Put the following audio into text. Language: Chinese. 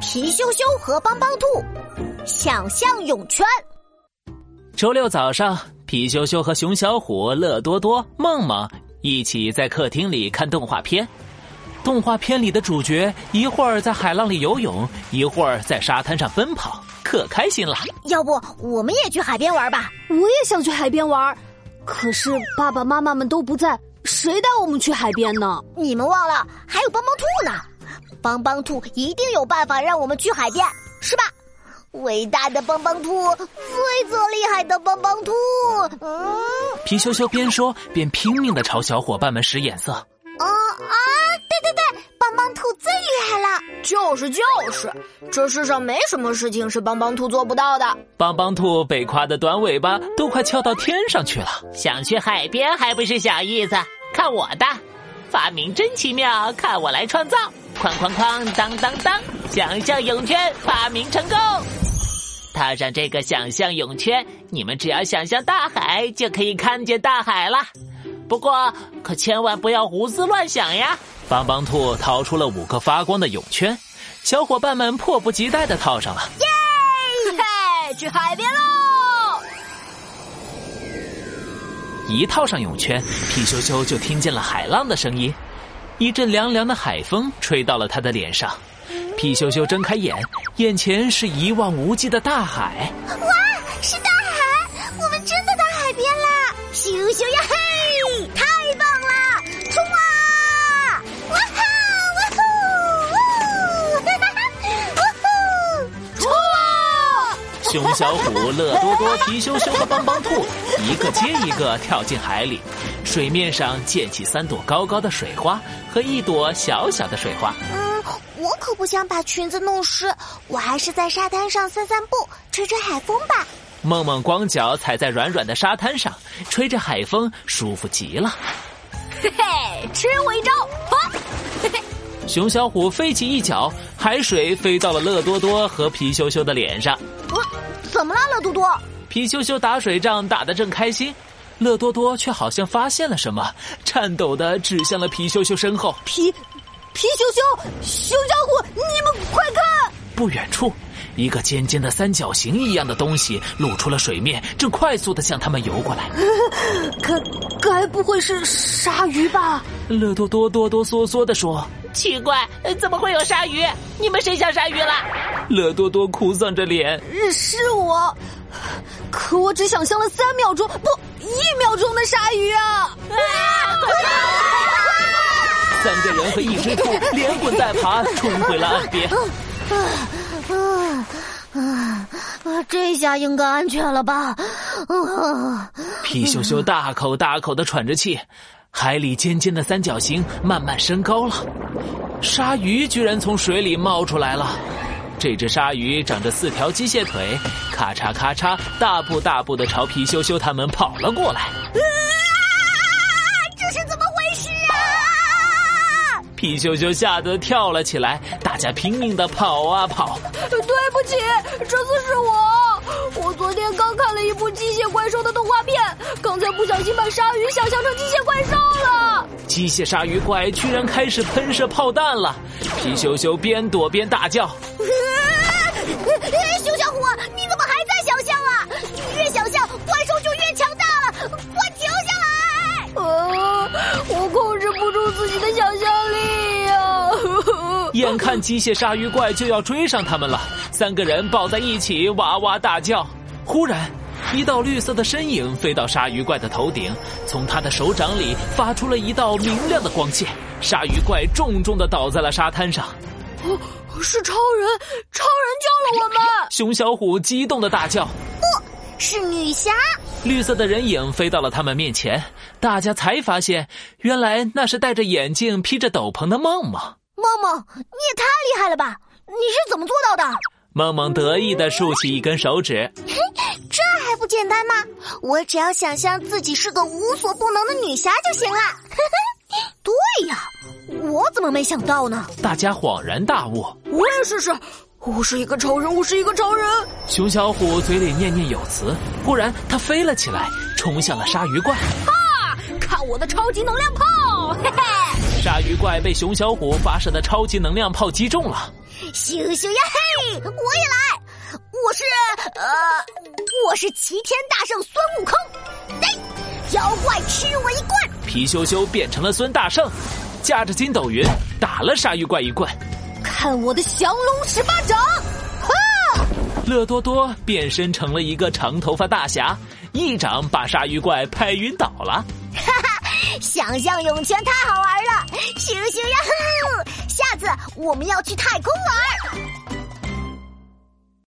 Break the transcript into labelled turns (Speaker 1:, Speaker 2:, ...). Speaker 1: 皮羞羞和帮帮兔，想象泳圈。
Speaker 2: 周六早上，皮羞羞和熊小虎、乐多多、梦梦一起在客厅里看动画片。动画片里的主角一会儿在海浪里游泳，一会儿在沙滩上奔跑，可开心了。
Speaker 1: 要不我们也去海边玩吧？
Speaker 3: 我也想去海边玩，可是爸爸妈妈们都不在，谁带我们去海边呢？
Speaker 1: 你们忘了还有帮帮兔呢？帮帮兔一定有办法让我们去海边，是吧？伟大的帮帮兔，最最厉害的帮帮兔。嗯，
Speaker 2: 皮羞羞边说边拼命的朝小伙伴们使眼色。
Speaker 1: 哦啊，对对对，帮帮兔最厉害了。
Speaker 4: 就是就是，这世上没什么事情是帮帮兔做不到的。
Speaker 2: 帮帮兔被夸的短尾巴都快翘到天上去了。
Speaker 5: 想去海边还不是小意思？看我的，发明真奇妙，看我来创造！哐哐哐，当当当，想象泳圈发明成功。套上这个想象泳圈，你们只要想象大海，就可以看见大海了。不过，可千万不要胡思乱想呀！
Speaker 2: 帮帮兔掏出了五个发光的泳圈，小伙伴们迫不及待的套上了。
Speaker 4: 嘿，去海边喽！
Speaker 2: 一套上泳圈，皮羞羞就听见了海浪的声音，一阵凉凉的海风吹到了他的脸上。皮羞羞睁开眼，眼前是一望无际的大海。
Speaker 1: 哇，是大海！我们真的到海边啦！咻咻呀嘿，太棒了！冲啊！哇哈哇呼哇呼哇呼！冲啊！
Speaker 2: 熊小虎、乐多多、皮羞羞和帮帮兔一个接一个跳进海里，水面上溅起三朵高高的水花和一朵小小的水花。
Speaker 1: 嗯，我可不想把裙子弄湿，我还是在沙滩上散散步，吹吹海风吧。
Speaker 2: 梦梦光脚踩在软软的沙滩上，吹着海风，舒服极了。
Speaker 4: 嘿嘿，吃我一招！哈，嘿嘿，
Speaker 2: 熊小虎飞起一脚，海水飞到了乐多多和皮羞羞的脸上。
Speaker 1: 怎么了，乐多多？
Speaker 2: 皮羞羞打水仗打得正开心，乐多多却好像发现了什么，颤抖的指向了皮羞羞身后。
Speaker 3: 皮皮羞羞、熊小虎，你们快看！
Speaker 2: 不远处，一个尖尖的三角形一样的东西露出了水面，正快速的向他们游过来。
Speaker 3: 该该不会是鲨鱼吧？
Speaker 2: 乐多多哆哆嗦嗦的说
Speaker 5: 奇怪，呃怎么会有鲨鱼？你们谁想鲨鱼了？：“
Speaker 2: 乐多多哭丧着脸，
Speaker 3: 呃是我，可我只想象了三秒钟，不，一秒钟的鲨鱼 啊！
Speaker 2: 三个人和一只兔连滚带爬冲回了岸边。”
Speaker 1: 啊，这下应该安全了吧？啊，
Speaker 2: 皮羞羞大口大口的喘着气，海里尖尖的三角形慢慢升高了，鲨鱼居然从水里冒出来了。这只鲨鱼长着四条机械腿，咔嚓咔嚓，大步大步的朝皮羞羞他们跑了 过来。
Speaker 1: 这是怎么回事啊？
Speaker 2: 皮羞羞吓得跳了起来，大家拼命的跑啊跑。
Speaker 3: 对不起，这次是我。我昨天刚看了一部机械怪兽的动画片，刚才不小心把鲨鱼想象成机械怪兽了。
Speaker 2: 机械鲨鱼怪居然开始喷射炮弹了，皮羞羞边躲边大叫。
Speaker 1: 啊熊小虎，你怎么还在想象啊？你越想象，怪兽就越强大了！快停下来！
Speaker 3: 啊，我控制不住自己的想象力呀、
Speaker 2: 眼看机械鲨鱼怪就要追上他们了，三个人抱在一起哇哇大叫。忽然，一道绿色的身影飞到鲨鱼怪的头顶，从他的手掌里发出了一道明亮的光线。鲨鱼怪重重的倒在了沙滩上。
Speaker 3: 是超人，超人救了我们！
Speaker 2: 熊小虎激动的大叫，
Speaker 1: 是女侠，
Speaker 2: 绿色的人影飞到了他们面前。大家才发现，原来那是戴着眼镜、披着斗篷的梦梦。
Speaker 1: 梦梦，你也太厉害了吧！你是怎么做到的？
Speaker 2: 梦梦得意的竖起一根手指，
Speaker 1: 这还不简单吗？我只要想象自己是个无所不能的女侠就行了。对呀，我怎么没想到呢？
Speaker 2: 大家恍然大悟。
Speaker 4: 我也试试。我是一个超人，我是一个超人。
Speaker 2: 熊小虎嘴里念念有词，忽然它飞了起来，冲向了鲨鱼怪。
Speaker 3: 看我的超级能量炮！嘿嘿，
Speaker 2: 鲨鱼怪被熊小虎发射的超级能量炮击中了，
Speaker 1: 咻咻呀嘿，我也来！我是呃，我是齐天大圣孙悟空，哎，妖怪吃我一棍！
Speaker 2: 皮羞羞变成了孙大圣，驾着筋斗云打了鲨鱼怪一棍。
Speaker 1: 看我的降龙十八掌！哈！
Speaker 2: 乐多多变身成了一个长头发大侠，一掌把鲨鱼怪拍晕倒了。
Speaker 1: 哈哈，想象涌泉太好玩了，咻咻呀！呼！下次我们要去太空玩。